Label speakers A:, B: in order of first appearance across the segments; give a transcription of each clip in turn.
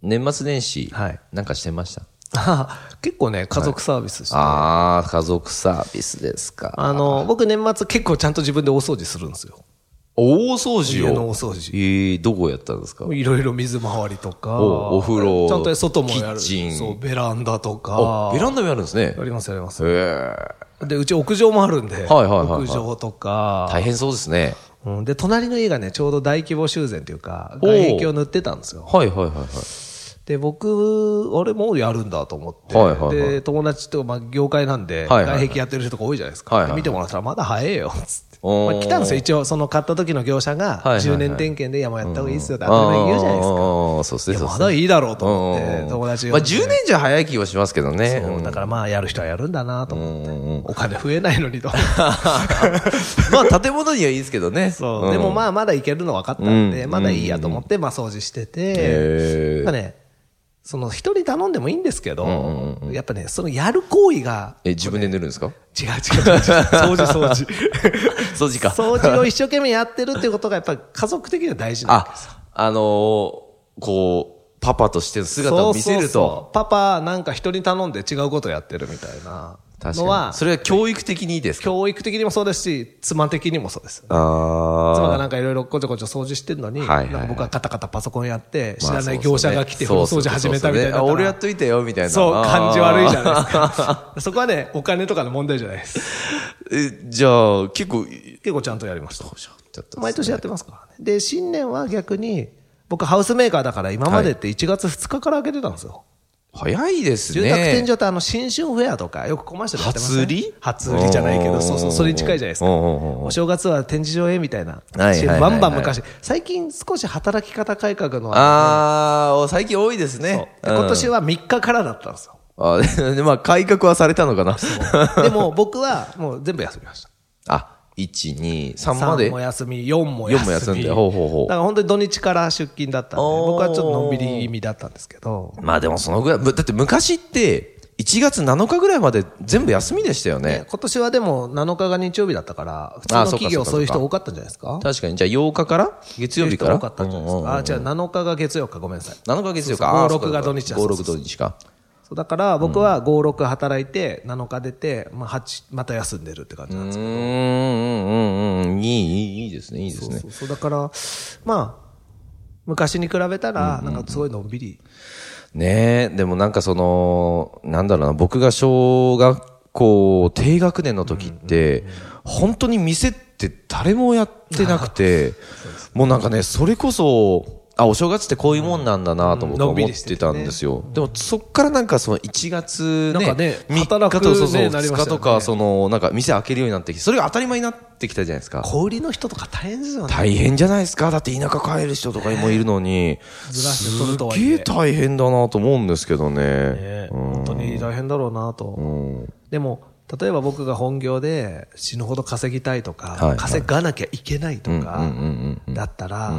A: 年末年始、
B: はい
A: なんかしてました
B: 結構ね、家族サービスして、
A: ああ、家族サービスですか。
B: あの、僕年末結構ちゃんと自分で大掃除するんですよ。
A: 大掃除を。
B: 家の大掃除
A: えー、どこやったんですか
B: いろいろ水回りとか、
A: おお風呂
B: ちゃんと外もやる。
A: キッチン
B: そう、ベランダと
A: あ
B: か、、
A: ベランダもやるんですね。
B: やりますやります。
A: え
B: で、うち屋上もあるんで、
A: はいはいはいはい
B: 屋上と
A: ー、
B: か、
A: 大変そうですね。
B: うんで、隣の家がね、ちょうど大規模修繕というか、
A: お
B: 外壁を塗ってたんですよ。
A: はいはいはいはい。
B: で、僕、あれもうやるんだと思って、
A: はいはいはい
B: で、友達とか、まあ、業界なん
A: はいは
B: で、
A: いはい
B: 外壁やってる人とか多いじゃないですか。
A: はいはいはい
B: で見てもらったら、まだ早えよ、つって。
A: おー
B: まあ、来たんですよ、一応、その買った時の業者が、
A: いはいはい
B: 10年点検で山やった方がいいですよって、頭に言うじゃないですか。
A: ああ、そうですね。
B: いや
A: そうっ
B: ます
A: ね
B: だいいだろうと思っ
A: うん
B: て、友達
A: ま
B: 呼
A: あ、
B: んで
A: 10年じゃ早い気はしますけどね。
B: そううんだからまあ、やる人はやるんだなと思って、
A: うん
B: お金増えないのにと思って。
A: まあ、建物にはいいですけどね。
B: そう、
A: ん
B: でもまあまだいけるの分かったんで、
A: うん
B: まだいいやと思って、まあ掃除して
A: へ
B: て
A: ー、
B: まあね、その一人頼んでもいいんですけど、
A: ん
B: やっぱね、そのやる行為が、
A: え、自分で塗るんですか
B: 違う違う違う、掃除掃 除。
A: 掃除か。
B: 掃除を一生懸命やってるっていうことがやっぱ家族的には大事なんです。
A: あ、あのーこう、パパとしての姿を見せると。
B: そうそうそうパパなんか人に頼んで違うことやってるみたいな
A: 確
B: の
A: か
B: は
A: に。それは教育的にいいですか
B: 教育的にもそうですし妻的にもそうです
A: あ
B: 妻が
A: あ。
B: なんかいろいろこちょこちょ掃除してるのに、
A: はいはいはい
B: なんか僕はカタカタパソコンやって、知
A: まあ
B: らない業者が来て、風呂掃除始めたみたいな。
A: そうそうそうそうねあ俺やっといたよ、みたいな。
B: そう、
A: あー
B: 感じ悪いじゃないですか。そこはね、お金とかの問題じゃないです。
A: え、じゃあ、結構、
B: 結構ちゃんとやりました。
A: ちょっと
B: 毎年やってますからね。で、新年は逆に、僕ハウスメーカーだから今までって1月2日から開けてたんですよ。
A: 早いですね。
B: 住宅展示場ってあの、新春フェアとか、よくコマーシャルやってますね。
A: 初売り
B: 初売りじゃないけ
A: うん
B: ど、そうそう、それに近いじゃないですか。
A: うんうんうん
B: お正月は展示場へみたいな。
A: いはいはいはい
B: バンバン昔。最近少し働き方改革の
A: ああ、最近多いですね。
B: で今年
A: は。
B: は3日からだったんで すよ。
A: あでまあ、改革はされたのかな。
B: でも僕はもう全部休みました。
A: あ、1、2、3まで
B: 三も。休み、4も
A: 四も休
B: 休
A: ん
B: み。
A: でほうほうほう
B: だから本当に土日から出勤だったんで、
A: おー
B: 僕はちょっとのんびり気味だったんですけど、
A: まあでもそのぐらい、むだって昔って、1月7日ぐらいまで全部休みでしたよね
B: ね。今年はでも7日が日曜日だったから、普通
A: あ
B: の
A: ーそうか
B: 企業
A: そうか
B: そういう
A: そう
B: 人
A: か
B: 多かったんじゃないですか
A: 確かに。じゃあ8日から月曜日から
B: 多かったんじゃないですか。あ、違う、7日が月曜か、ごめんなさい。
A: 7日月曜
B: そうそう
A: か。
B: 5 6が土日だ
A: 5、
B: そう
A: 6
B: そ
A: 土
B: う
A: 日か。
B: そうだから僕は5、6働いて、7日出て、まあ8、また休んでるって感じなんです
A: うーん、うん、うん、うん。いい、いいいいですね、いいです
B: そう
A: ね
B: そ。うそうだから、まあ、昔に比べたら、なんかすごいのんびり。
A: ねえ、でもなんかその、なんだろうな、僕が小学校低学年の時って、本当に店って誰もやってなく て、もうなんかね、それこそ、あ、お正月ってこういうもんなんだなと僕は
B: うんのんび
A: 思っ
B: りして
A: て
B: てね
A: たんですよ。でもそっからなんかその1月
B: なん
A: ね、
B: かね
A: 3日
B: 働く
A: とそうそう、
B: ねなり
A: 2
B: まし
A: 日
B: たよね
A: とか、その、なんか店開けるようになってきて、それが当たり前になってきたじゃないですか。
B: 小売りの人とか大変ですよね。
A: 大変じゃないですかだって田舎帰る人とかもいるのに。
B: ずらして取
A: す
B: るとはい
A: げ
B: え
A: え大変だなと思うんですけどね。
B: ね本当に大変だろうなと。でも、例えば僕が本業で死ぬほど稼ぎたいとか、
A: はいはい
B: 稼がなきゃいけないと
A: うんう
B: か
A: んうん、
B: だったら、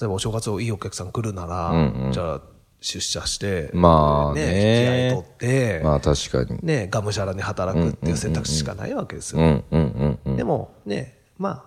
B: 例えばお正月をいいお客さん来るなら、じゃあ出社して、
A: まあね
B: 引き合い取って、
A: まあ確かに。
B: ね、がむしゃらに働くっていう選択肢しかないわけですよ
A: う。んうんうんうん。
B: でもね、ま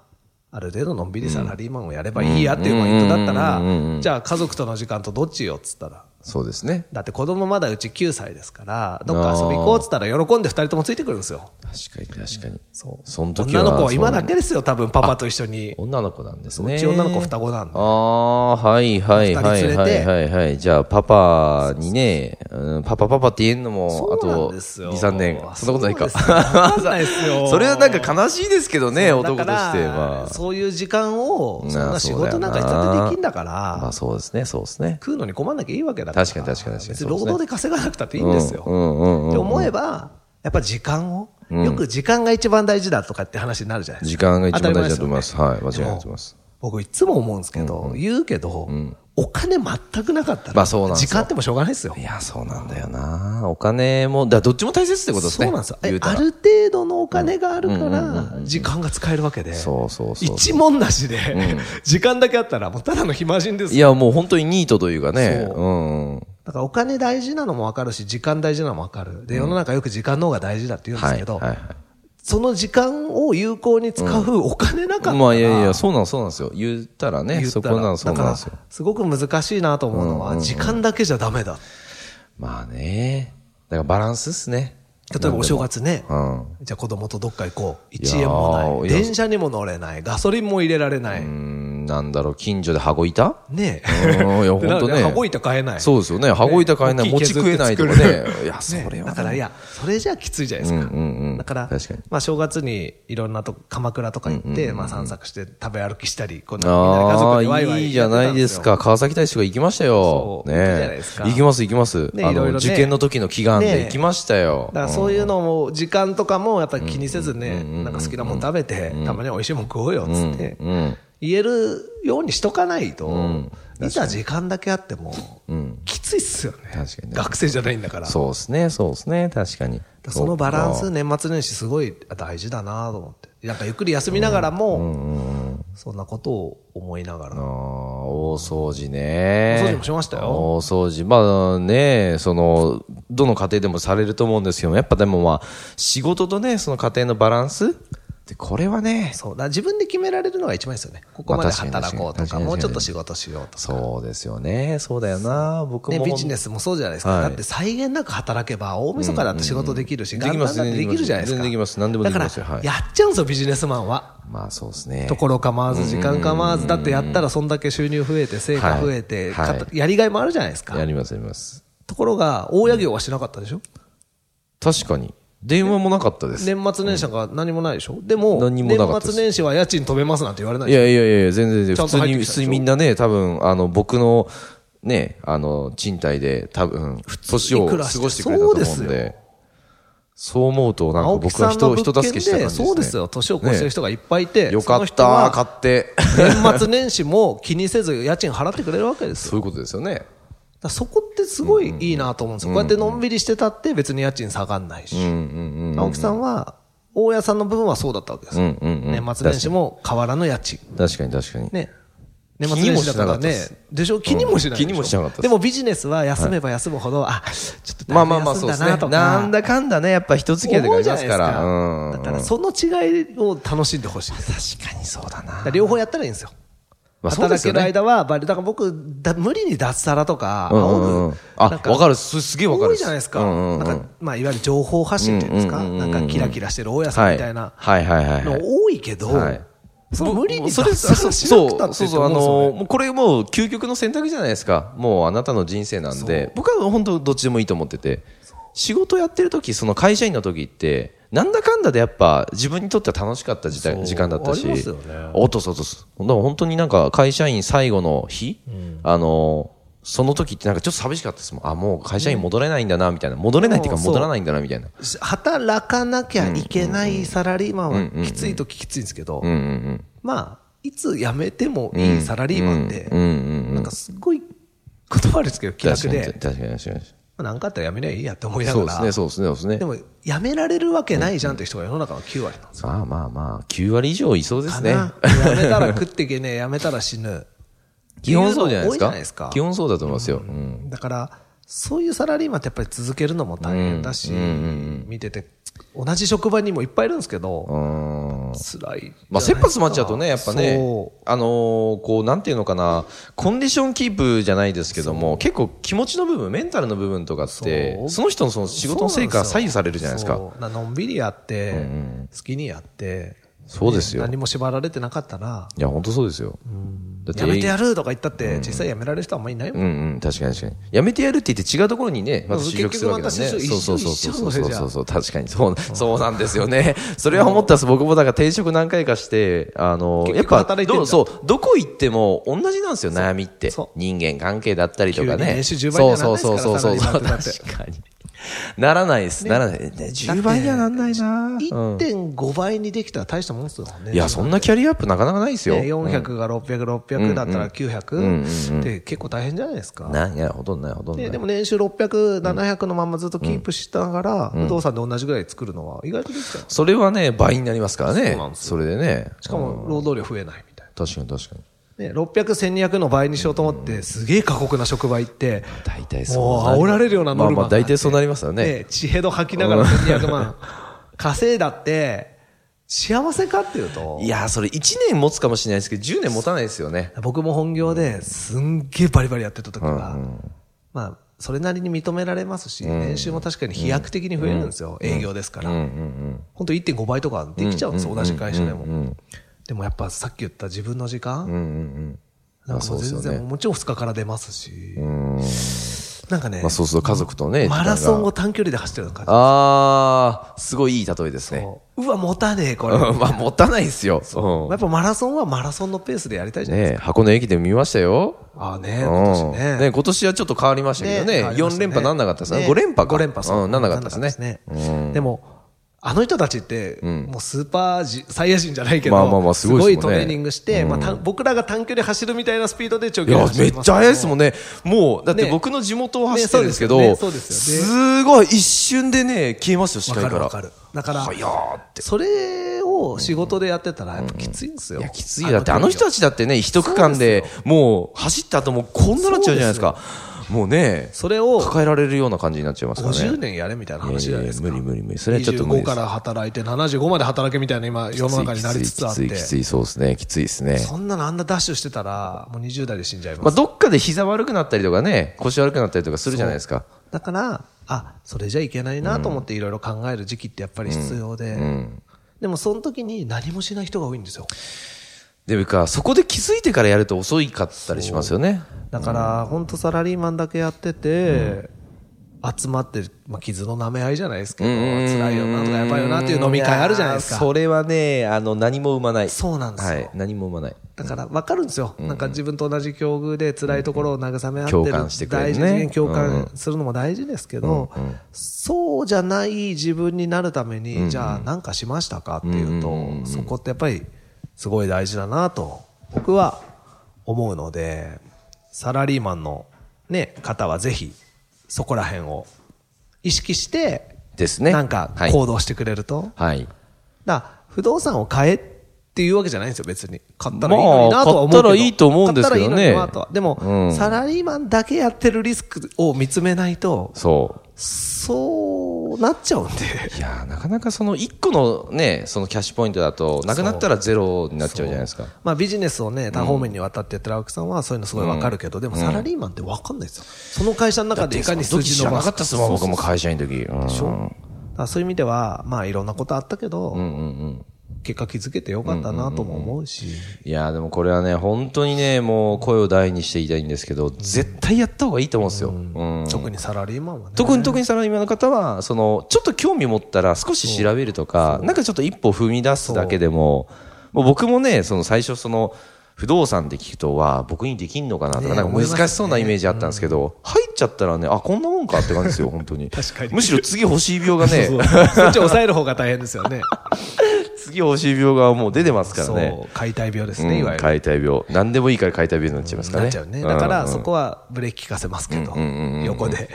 B: あ、ある程度のんびりサラリーマンをやればいいやっていうポイントだったら
A: うんうんうんうんう、
B: じゃあ家族との時間とどっちよっつったら、
A: そうですね。
B: だって子供まだうち9歳ですから、どっか遊び行こうっつったら喜んで2人ともついてくるんですよ。
A: 確かに確かに。
B: そう
A: その時
B: 女
A: は。
B: の子は今だ
A: そう
B: けですよ、多分パパと一緒に。
A: 女の子なんです
B: う
A: ね。
B: ち女の子双子なんで。
A: ああー、はいはい
B: 二
A: はい
B: 人連
A: は
B: れ
A: い
B: て
A: はいはい。じゃあパパにね、うんパパパパって言えんのも、あ
B: そう
A: と
B: なんですよ
A: 2、3年。そんなことないか。
B: そうですよわかんないです よ
A: それはなんか悲しいですけどね、
B: そう
A: 男として。
B: だから
A: まあ。
B: そういう時間を、そん
A: まあ
B: な仕
A: そうだよ
B: 事
A: な
B: なんかいつだってできんだから、
A: まあそうですね、そうですね。
B: 食うのに困んなきゃいいわけだから。
A: 確かに確かに確かに
B: 別
A: そうで
B: 労
A: すね
B: 働で稼がなくたっていいんですよ。
A: うんうん
B: っ
A: う
B: て
A: ん。
B: 思えば、やっぱ時間を、よく時間が一番大事だとかって話になるじゃないですか。
A: 時間が一番大事だと思います。
B: 当た
A: は
B: り
A: い、間
B: 前
A: 違
B: で
A: いな
B: よね
A: いと思います。
B: でも僕いつも思うんですけど、言うけど、お金全くなかったら、
A: まあそうなんです
B: 時
A: よ
B: 間あってもしょうがないですよ
A: い。や、そうなんだよな。お金も、だからどっちも大切ってことですね。
B: そうなんですよ。え
A: 言うた
B: あ
A: ら
B: る程度のお金があるか
A: うんうんうん
B: ら、時間が使えるわけで。
A: そうそうそう。
B: 一問なしで、
A: ん
B: 時間だけあったら、もうただの暇人です
A: い
B: よ。
A: や、もう本当にニートというかね。
B: そううん
A: うん。
B: だからお金大事なのもわかるし、時間大事なのもわかる。で、世の中よく時間の方が大事だって言うんですけど、
A: はいはいはい
B: その時間を有効に使うお金なかったら、
A: まあいやいや、そうなんそうなんですよ。言ったらね、
B: 言った
A: そ
B: ら
A: こなんそうなんです
B: だ
A: よ
B: か。らすごく難しいなと思うのは、時間だけじゃダメだ。
A: まあね。だからバランスっすね。
B: 例えばお正月ね、
A: うん。
B: じゃあ子供とどっか行こう。
A: いやー
B: 1円もない。
A: いや
B: 電車にも乗れない。ガソリンも入れられないう
A: ー。ん、なんだろう、近所で羽子 板
B: ね
A: うんいや
B: で
A: ほんとね
B: 羽子板買えない。
A: そうですよね。羽子板買えない、
B: ね
A: 餅食えないとかね
B: 大きい削って。
A: いや、そ れはね。
B: だからいや、それじゃきついじゃないですか。
A: うんうんうん
B: だから、
A: 確かに
B: まあ正月にいろんなとこ、鎌倉とか行って、まあ散策して食べ歩きしたり、こんなみんなで家
A: あ
B: 族でワイワ
A: あ、
B: イ
A: いいじゃないです
B: やっ
A: か。川崎大使が行きましたよ
B: そ。う
A: ね
B: いいじゃないですか
A: 行きます、行きます。
B: ね
A: あ
B: いろ
A: の、
B: いろね
A: 受験の時の祈願で
B: ね
A: 行きました
B: てた
A: よ
B: んですよ。だからそういうのも、時間とかもやっぱり気にせずね、なんか好きなもん食べて、たまに美味しいもん食おうよ、つって、
A: うん。
B: 言えるようにしとかないと、いざ時間だけあっても、きついっすよね。
A: 確かにね
B: 学生じゃないんだから。
A: そうですね、そうですね、確かに。
B: だからそのバラン
A: そっ
B: ス、
A: か
B: 年末年始、すごい大事だなと思って、なんかゆっくり休みながらも、そんなことを思いながら、
A: あー大掃除ね。
B: 大掃除もしましたよ
A: 大掃除。まあね、その、どの家庭でもされると思うんですけども、やっぱでもまあ、仕事とね、その家庭のバランスって、これはね、
B: そうだから自分で決められるのが一番いいですよね、ここま
A: ま
B: で
A: あ確かに
B: 働こうと
A: 確か
B: か、
A: に
B: もうちょっと仕事しようとか、
A: そうですよね、そうだよな、僕
B: ね、
A: も。
B: ビジネスもそうじゃないですか、
A: はい
B: だって際限なく働けば、大晦日だって仕事できるし、
A: うんうんうん
B: 元旦だって
A: できます
B: できるじゃないですか、
A: 全然できます何でもできますよ
B: だから、
A: はい
B: やっちゃうんですよ、ビジネスマンは。
A: まあそうですね。
B: ところ構わず、時間構わず、だってやったら、そんだけ収入増えて、成果増えて、
A: はいはい
B: かたやりがいもあるじゃないですか
A: や。ります、やります。
B: ところが、大家業はしなかったでしょ、
A: 確かに。電話もなかったです。
B: 年末年始が何もないでしょ、でも
A: 何もなかったで
B: 年
A: す
B: 末年始は家賃止めますなんて言われない
A: い
B: でしょ
A: やいやいや、全然全
B: ち
A: 然。普
B: ゃんと
A: 通
B: 入っ
A: に、普
B: てきたでしょ
A: 通にみんなね、多分、あの、僕の、ね、あの、賃貸で、多分、年を
B: いく
A: 過
B: らして
A: ごしてくれたと思うんで。
B: そ
A: そう
B: うですよ
A: 思うと、なんか
B: 青木
A: 僕は
B: さんの
A: 人、人
B: 物件
A: 助
B: で
A: けした感じですね。
B: そうですよ、年を越してる人がいっぱいいて、
A: ねよかっ
B: その人
A: た、
B: は
A: 買って。
B: 年末年始も気にせず家賃払ってくれるわけです よ。
A: そういうことですよね。
B: だからそこってすごいいいなと思うんですよ。こうやってのんびりしてたって別に家賃下がんないし。青木さんは、大家さんの部分はそうだったわけですよ。
A: うんうんうん
B: 年末年始も変わらぬ家賃。
A: 確かに確かに。
B: ね。年末年始だから
A: 気にもしなかったで
B: ね
A: す。
B: でしょ気にもしないでしょ。
A: うん気にもしなかったです
B: でもビジネスは休めば休むほど、あ、ちょっと
A: ま
B: だ
A: あ
B: いぶ
A: まあまあ、
B: 休
A: そ
B: ん
A: うで
B: だ
A: すね
B: な。とか。
A: なんだかんだね、やっぱ人付き合いとかありますから。
B: 思うじゃないですかだからその違いを楽しんでほしいです。
A: 確かにそうだ
B: だ
A: な
B: から両方やったらいいんですよ。
A: まあそうで
B: 働
A: すよ
B: ける
A: ね。
B: 間はバリ、だから僕、だ無理に脱サラとか、
A: うんうんうん
B: 煽る
A: あ、わ
B: なんか
A: かる。すすげえわか
B: 多
A: る
B: い
A: っす。
B: じゃないですか。
A: うんうんうん
B: なんか、まあ、いわゆる情報発信っていうんですか、
A: うんうんうん
B: な
A: うん
B: んかキラキラしてる大家さんみたいな
A: はいはいはいはいはい
B: の。多いけど、
A: はい
B: その無理に
A: そ
B: 脱
A: れ
B: サラしなくたって
A: そうそう
B: って
A: そう、あ
B: 思うんですよ
A: の、
B: ね
A: もうこれもう究極の選択じゃないですか。もうあなたの人生なんで、僕は本当どっちでもいいと思ってて、仕事やってる時、その会社員の時って、なんだかんだでやっぱ自分にとっては楽しかった時代
B: そう
A: 時間だったし、
B: ありますよね
A: 落とす落とす。だから本当になんか会社員最後の日、あの、その時ってなんかちょっと寂しかったですもん。あ、もう会社員戻れないんだな、みたいな。戻れないっていうか
B: うんそう
A: 戻らないんだな、みたいな。
B: 働かなきゃいけないサラリーマンはきついとききついんですけど、
A: うんうん
B: まあ、いつ辞めてもいいサラリーマンで、
A: うん。うんうんう
B: な
A: ん。
B: んかすごい言葉あるんですけど、気
A: 確
B: 楽
A: かに、
B: で
A: 確、かに確かに。確かに
B: まあなんかあったら辞めりゃいいやって思いな
A: そ
B: が
A: うです
B: ら、
A: ね、そうですね、そうですね
B: で。も辞められるわけないじゃんって人が世の中の9割なんです
A: まあまあまあ、9割以上いそうで
B: か
A: すね。
B: な。辞めたら食っていけねえ、辞めたら死ぬ。
A: 基本そうじゃないです
B: 多いじゃないです
A: か
B: か。
A: 基本そうだと思いますよ。うん
B: だから、そういうサラリーマンってやっぱり続けるのも大変だし、見てて、同じ職場にもいっぱいいるんですけど、
A: うん
B: 辛い。
A: まあ、切羽詰まっちゃうとね、やっぱね
B: そ、
A: あのーこう、なんていうのかな、コンディションキープじゃないですけども、結構気持ちの部分、メンタルの部分とかって、
B: そ
A: そうの人のその仕事の成果が左右されるじゃないですか。
B: そう。なのんびりやって、好きにやって、
A: そうですよ
B: ね何も縛られてなかったら、
A: いや、本当そうですよ。だって
B: やめてやるとか言ったって、実際やめられる人はあんまりいないもんね
A: うんうん、確かに確かに。やめてやるって言って違うところにね、また就職するわけだもんね。
B: 結
A: そう
B: 局
A: そう
B: また就
A: そうそうそうそう
B: 職一緒一緒
A: そうそう、確かにそう、そうなんですよね。 それは思ったんです。僕もだから転職何回かして、あの、
B: 結
A: やっ
B: 局
A: ぱ、
B: 働いてんだ
A: どうそう、どこ行っても同じなんですよ、悩みって
B: そ。う
A: 人間関係だったりとか
B: 急に
A: ね。
B: 年収10倍にはならない
A: そう
B: ですか
A: そ
B: ら
A: うそうそうそう、
B: サラリーマン
A: 確
B: ってだって
A: かに。ならないです。ならない。ね10倍にはなんないな。うん
B: 1.5倍にできたら大したもんですよね。
A: いや、そんなキャリアアップなかなかないですよ。
B: ね、400が600、600だったら900って結構大変じゃないですか。
A: ないや、ほとんどない、ほとんどな
B: ね、
A: い。
B: でも年収600、700のままずっとキープしながら、不動産で同じぐらい作るのは意外とできちゃう。
A: それはね、倍になりますからね。
B: そうなん
A: そ
B: です
A: れでね。
B: しかも労働量増えないみたい
A: 確かに確かに。
B: な。ね、600、1200の倍にしようと思って、すげえ過酷な職場行って、
A: 大体
B: もう
A: なり
B: 煽られるようなノルマ
A: まあまあ大体そうなりますよね。
B: ね、血へど吐きながら1200万稼いだって、幸せかっていうと
A: い、やー、それ1年持つかもしれないですけど、10年持たないですよね。
B: 僕も本業ですんげえバリバリやってた時は、まあ、それなりに認められますし、年収も確かに飛躍的に増えるんですよ、営業ですから。本当1.5倍とかできちゃうんですよ、同じ会社でも。でもやっぱさっき言った自分の時間、
A: うんうん
B: なんかも
A: そう
B: う
A: ですよ
B: 全
A: ね
B: 然、もちろん2日から出ますし、
A: うん。うん
B: なんかね
A: まあ、そうすると家族とね、
B: マラソンを
A: を。
B: 短距離で走ってるような感
A: あー、すごいいい例えです
B: じ
A: ね。
B: こううわ、持たねえ、こ
A: う
B: れ。や
A: ん まあ、持たないですよ。う
B: っぱマラソンはマラソンのペースでやりたい
A: ん
B: じゃないです
A: ね箱根駅伝見ましたよ。
B: か。ああね、
A: うん
B: 今年ね。
A: ね今年はちょっと変わりましたけどね。
B: 四
A: 4連覇なんなかったですね。5連覇か。
B: 5連覇、
A: うん、なんなかったですね。
B: なんなかったですねでも、あの人たちって、もうスーパーじ、サイヤ人じゃないけど、
A: まあまあまあす
B: す
A: ごいです
B: ご
A: もん
B: い
A: ね
B: トレーニングして、まあた僕らが短距離走るみたいなスピードで長
A: い
B: 距
A: や
B: 離、走
A: め
B: り
A: っ
B: ます
A: ちゃ速いですも
B: ん。
A: んね。もう、だって
B: ね
A: 僕の地元を走ってるんですけど、
B: ねそうですよねそうです
A: すごい一瞬でね、消えますよ、視
B: わ
A: 界
B: か
A: か
B: る
A: ら。
B: わかる。だから、
A: 早ーって。
B: それを仕事でやってたら、やっぱきついんですよ。
A: いや、きついよ。だってあの人たちだってね、一区間で、もう走った後もうこんななっちゃうじゃないですか。もうね、
B: それを
A: 抱えられるような感じになっちゃいますからね。
B: 50年やれみたいな話じゃないですか。
A: いやいや無理無理無理それはちょっと無理
B: 25
A: です
B: から働いて、75まで働けみたいな今、世の中になりつつあっ
A: き
B: て
A: つい、きつい、きつい、そうですね。きついですね。
B: そんなのあんなダッシュしてたら、もう20代で死んじゃいます
A: まあ、。どっかで膝悪くなったりとかね、腰悪くなったりとかするじゃないですか。
B: だから、あ、それじゃいけないなと思っていろいろ考える時期ってやっぱり必要で、でもその時に何もしない人が多いんですよ。
A: でもか、そこで気づいてからやると遅いかったりしますよね。
B: だから、本当サラリーマンだけやってて、集まって、まあ、傷の舐め合いじゃないですけど、辛いよなとかやばいよなっていう飲み会あるじゃないです
A: やー
B: か。
A: それはね、あの、何も生まない。
B: そうなんですよ
A: はい。何も生まない。
B: だから分かるんですよ、なんか自分と同じ境遇で辛いところを慰め合ってる、
A: 共感してくれるね
B: 大事な共感するのも大事ですけど、そうじゃない自分になるために、じゃあ、何かしましたかっていうと、そこってやっぱりすごい大事だなと、僕は思うので、サラリーマンの、ね、方はぜひ、そこら辺を意識して、
A: ですね。
B: なんか
A: はい
B: 行動してくれると、
A: はい。
B: だから不動産を買えっていうわけじゃないんですよ、別に。買ったらいい
A: まあ
B: のになとは思うけど。
A: 買ったらいいと思うんですけどね
B: 買ったらいいのになとはでも、
A: うん
B: サラリーマンだけやってるリスクを見つめないと、
A: そう。
B: そうなっちゃうんで。
A: いやーなかなかその1個のね、そのキャッシュポイントだと、なくなったらゼロになっちゃうじゃないですか。
B: まあビジネスをね、多方面にわたってやってる青木さんはそういうのすごいわかるけど、でもサラリーマンってわかんないですよ。その会社の中でいかに数字
A: 知ら
B: 伸ば
A: な
B: す
A: かったっすもん、僕も会社員の時。うん
B: そうだからそういう意味では、まあいろんなことあったけど、
A: うんうんうん。
B: 結果気づけてよかったなとも思うし。
A: いやーでもこれはね、本当にね、もう声を大にして言いたいんですけど、絶対やった方がいいと思うんですよ。うん
B: 特にサラリーマンはね。
A: 特に特にサラリーマンの方は、その、ちょっと興味持ったら少し調べるとか、なんかちょっと一歩踏み出すだけでも、もう僕もね、その最初その、不動産で聞くとは、僕にできんのかなとか、
B: ね
A: なんか難しそうなイメージあったんですけど、入っちゃったらね、あ、こんなもんかって感じですよ、本当に。
B: 確かに
A: むしろ次欲しい病がね、
B: そうそうそっちを抑える方が大変ですよ ね。
A: 次欲しい病がもう出てますからね。
B: そう解体病です
A: う
B: ね、い
A: ん
B: わゆる。
A: 解体病。何でもいいから解体病になっちゃいますからね。
B: なっちゃうね。だから、
A: うん
B: そこはブレーキ効かせますけど、横 で。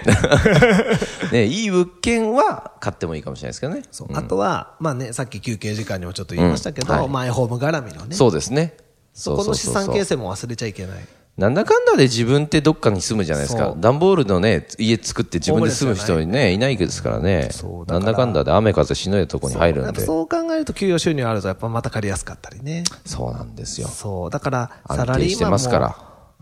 A: ね、いい物件は買ってもいいかもしれないですけどね。
B: そうあとは、まあね、さっき休憩時間にもちょっと言いましたけ
A: うんは
B: ど、
A: い
B: マイホーム絡みのね。
A: そうですね。
B: そこの資
A: そうそうそう
B: 産
A: そう
B: 形成も忘れちゃいけない。
A: なんだかんだで自分ってどっかに住むじゃないですか
B: そ。う
A: 段ボールのね、家作って自分で住む人にね、いないですからね
B: そう。だ
A: なん
B: から
A: だかんだで雨風しのいだとこに入る
B: や
A: ん
B: っぱ
A: で。
B: そう考えると給与収入あると、やっぱまた借りやすかったりね。
A: そうなんですよ。
B: そう。だから、
A: 安定
B: サラリ
A: し
B: ー
A: て
B: マ
A: ますから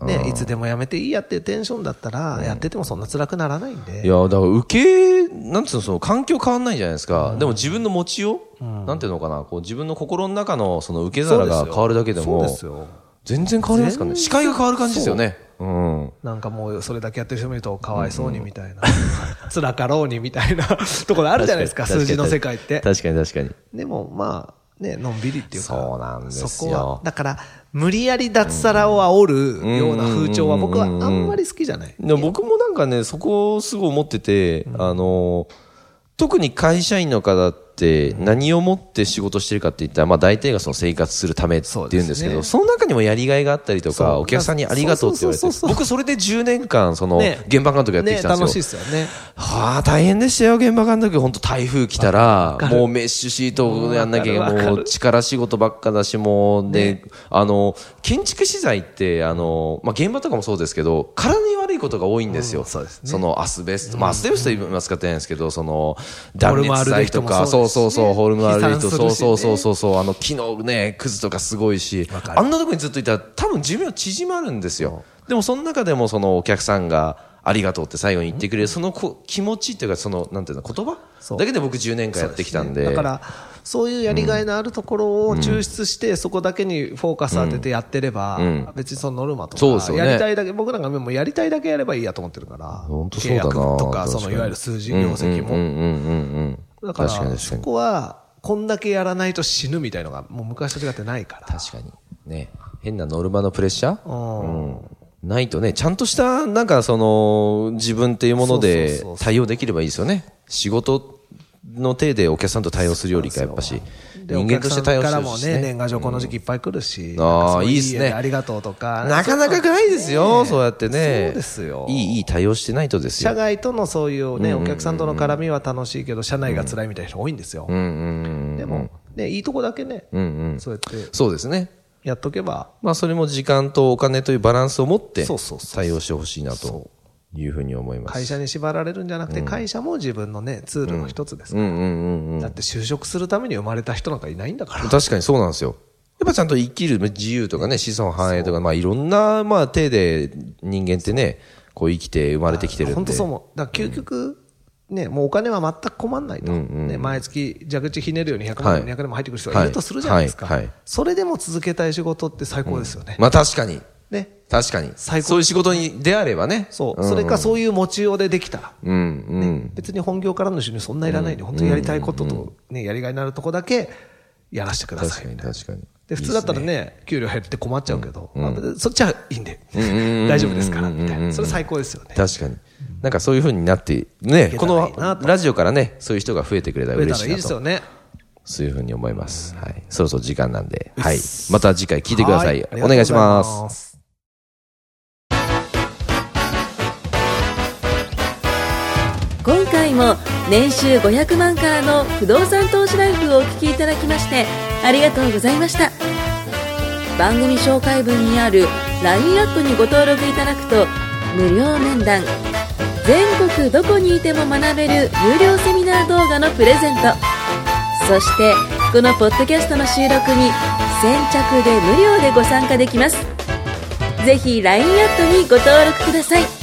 B: ンも、ね、いつでもやめていいやっていうテンションだったら、やっててもそんな辛くならないんで。
A: いや、だから受け、なんつうの、その環境変わんないじゃないですか。でも自分の持ちよう、なんていうのかな、こう自分の心の中のその受け皿が変わるだけで
B: そう
A: も
B: で、すよ。
A: 全然変わりますからね。
B: 全然
A: 視界が変わる感じですよね。うん。
B: なんかもうそれだけやってる人見るとかわいそうにみたいな、辛かろうにみたいな ところあるじゃないですか、
A: 確
B: 数
A: に
B: 字の世界って。
A: 確かに確かに。
B: でもまあ、ね、のんびりっていうか。
A: そうなんですよ
B: そこは、だから、無理やり脱サラを煽るような風潮は僕はあんまり好きじゃない。
A: でも僕もなんかね、そこをすごい思ってて、あの、特に会社員の方って何をもって仕事してるかって言ったら、まあ大体がその生活するためって言うんですけど、そ
B: そうですね
A: の中にもやりがいがあったりとか、
B: そう
A: お客さんにありがとうって言われて
B: そうそうそう、そう
A: 僕それで10年間、その、
B: ね
A: 現場監督やってきたんですよ。
B: ね、楽しいですよね。
A: はあ、大変でしたよ、現場監督。本当台風来たら、もうメッシュシートをやんなき
B: うん
A: ゃ、
B: わかるわか
A: も
B: る
A: う力仕事ばっかだし、もう、で、あの、建築資材って、あの、まあ、現場とかもそうですけど、体に悪いことが多いんですよ。
B: うんそうですね
A: そのアスベスト、まあ、アスベストは今使ってないんですけど、その、断
B: ホルム
A: 熱
B: アルデ
A: 材
B: ヒド
A: と
B: も
A: か、
B: そ
A: そう
B: うですし
A: そうそう、ホルムアルデヒド、
B: 飛散す
A: そ
B: る
A: う
B: し
A: そうそう
B: ね
A: そうそう、あの木のね、くずとかすごいし、
B: わかる
A: あんなとこにずっといたら多分寿命縮まるんですよ。でもその中でもそのお客さんがありがとうって最後に言ってくれる、そのこ気持ちっていうかその、なんていうの、言葉
B: そう
A: だけで僕10年間やってきたんで。
B: だから、そういうやりがいのあるところを抽出して、そこだけにフォーカス当ててやってれば、
A: ん
B: 別にそのノルマと
A: そうです
B: か、
A: よね
B: やりたいだけ、僕なんかもうやりたいだけやればいいやと思ってるから、
A: 本当そうだな
B: 契約とか、
A: 確か
B: そ
A: に
B: のいわゆる数字、業績
A: うんうんうん
B: も。
A: うん。
B: だから、
A: 確かに確か
B: そ
A: に。
B: こは、こんだけやらないと死ぬみたいのが、もう昔と違ってないから。
A: 確かに。ね。変なノルマのプレッシャー
B: うん
A: ないとね、ちゃんとした、なんかその、自分っていうもの
B: そう
A: で
B: そうそうそう
A: 対応できればいいですよね。仕事の手でお客さんと対応するよりか、やっぱし、
B: で
A: 人間として対応
B: お客
A: す
B: さん
A: る
B: からも
A: し
B: ね、
A: ね。
B: 年賀状この時期いっぱい来るし、
A: あー
B: なんかそう
A: いいっすね
B: 家ありがとうとか、
A: なかなかないですよ、そうやってね。
B: そうですよ
A: いい、いい対応してないとですよ
B: 社。外とのそういうね、お客さんとの絡みは楽しいけど、社内が辛いみたいな人多いんですよ。
A: うんうんうん。
B: でも、ね、いいとこだけね、
A: うんうん。
B: そうやって
A: そうですね。
B: やっとけば、
A: まあ、それも時間とお金というバランスを持って
B: そうそうそう
A: 対応してほしいなというふうに思います。
B: 会社に縛られるんじゃなくて、会社も自分のね、ツールの一つで
A: う
B: すから。
A: んうんうんうん。
B: だって就職するために生まれた人なんかいないんだから。
A: 確かにそうなんですよ。やっぱちゃんと生きる自由とかね、子孫繁栄とか、まあいろんな、まあ手で人間ってね、こう生きて生まれてきてるんで。
B: 本当そう思う。だから究極、ね、もうお金は全く困んないと。ね、毎月蛇口ひねるように100
A: はい
B: 万、200万も入ってくる人がいるとするじゃないです
A: はいはい
B: か
A: はい。
B: それでも続けたい仕事って最高ですよね。
A: まあ確かに。
B: ね。
A: 確かに。
B: 最高
A: そういう仕事にであればね。
B: そう。それかそういう持ちようでできたら。
A: うんうん。
B: 別に本業からの収入そんないらないんで、本当にやりたいことと、ね、やりがいのあるとこだけやらせてくださ
A: 確
B: い
A: かに確かに。
B: で普通だったらね、給料減って困っちゃうけど、まあそっちはいいんで、大丈夫ですから、みたいな。それ最高ですよね。
A: 確かに。なんかそういう風になって、ね、
B: い
A: こ
B: けたらいいな
A: の
B: と
A: ラジオからね、そういう人が増えてくれたら
B: 増え
A: 嬉
B: た
A: し
B: ら
A: い
B: いい
A: な
B: です
A: と
B: よ。ね。
A: そういう風に思います。はい。そろそろ時間なんで、はい。また次回聞いてください。
B: はあり
A: お
B: がと
A: 願
B: うご
A: い
B: ざ
A: します。
B: す。
C: 今回も年収500万からの不動産投資ライフをお聞きいただきましてありがとうございました番組紹介文にある LINE アップにご登録いただくと無料面談全国どこにいても学べる有料セミナー動画のプレゼントそしてこのポッドキャストの収録に先着で無料でご参加できますぜひ LINE アットにご登録ください